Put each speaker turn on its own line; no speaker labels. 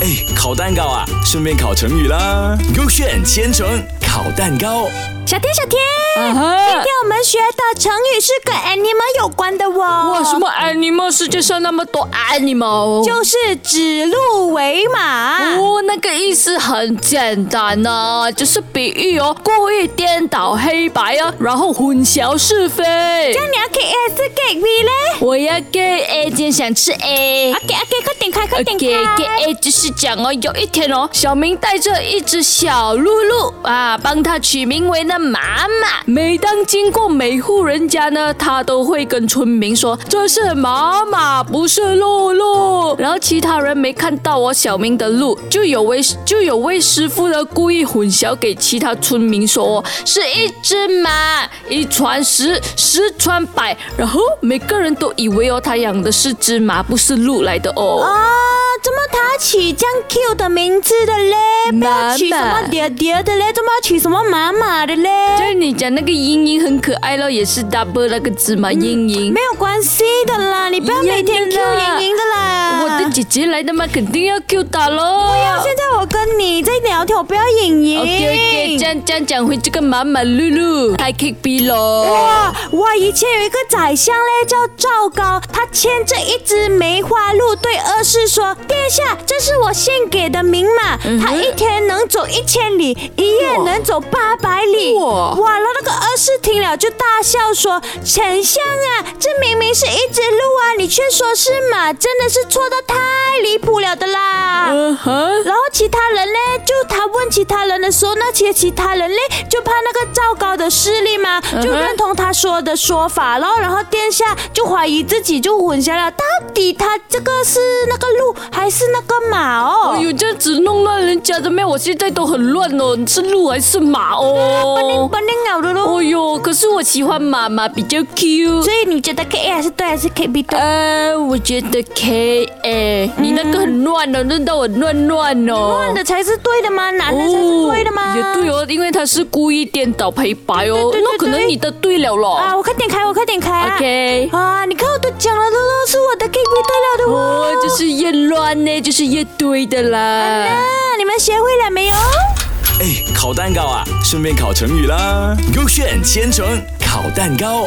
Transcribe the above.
哎，烤蛋糕啊，顺便烤成语啦。勾选千层烤蛋糕，
小天，小天，
啊哈
今天我们学的成语是跟 animal 有关的哦。
哇，什么 animal？世界上那么多 animal，
就是啊指鹿为马。
哦，那个意思很简单呐、就是比喻哦，故意颠倒黑白啊，然后混淆是非。
那你要 K A 是 K V 嘞啊
我要给 A，今天想吃 A。
？OK OK，快点开，快
给
点
呃给
开。
A 就是讲哦，有一天哦，小明带着一只小鹿鹿啊，帮它取名为呢妈妈。每当经过每户人家呢，他都会跟村民说这是妈妈，不是鹿鹿。然后其他人没看到我小明的鹿，就有位就有位师傅呢故意混淆给其他村民说、哦、是一只马，一传十，十传百，然后每个人都以为哦，他养的是只马，不是鹿来的哦
啊，怎么他取这样 Q 的名字的嘞？不要取什
妈
么
妈
爹爹的嘞？怎么要取什么妈妈的嘞？
就是你讲那个英英很可爱咯，也是 double 那个字嘛，英英。
没有关系的啦，你不要每天 Q
一样的啦
莹莹的啦。
我的姐姐来的嘛，肯定要 Q 打咯。
现在我跟你在聊天，我不要莹莹。
OK OK，这样这样讲回这个妈妈露露，太 K B 咯。
哇哇！以前有一个宰相嘞，叫赵高，他牵着一只梅花鹿，对恶士说：“殿下，这是我献给的名马，它一天能走一千里，一夜能走八百里。”
哇
哇！然后那个恶士听了就大笑说：“丞相啊，这明明是一只鹿啊，你却说是马，真的是错的太离谱了的啦！”
嗯哼，
然后其他人呢，就他问其他人的时候，那些其他人嘞就怕那个赵高的势力嘛，
嗯
就认同他说的说法，然后然后殿下就怀疑自己，就混淆了，到底他这个是那个鹿还是那个马哦？
哎呦，这样子弄乱人家的咩？我现在都很乱哦，是鹿还是马哦？
不能咬的鹿。
哦呦，可是我喜欢马马比较 Q
所。以你觉得 K A 还是对还是 K B 对？
呃，我觉得 K A，你那个很乱哦，弄到我乱乱哦。
乱的才是对的吗？男的才是对的吗？
也对哦，因为他是故意颠倒黑白
对对对
哦，
对
那可能你的对了咯。
啊，我快点开，我快点开啊
OK，
啊，你看我都讲了，露露是我的 K B 对了的
哦，就是哎越乱呢，就是越对的啦。
啊，你们学会了没有？
哎，烤蛋糕啊，顺便烤成语啦。勾选千层烤蛋糕。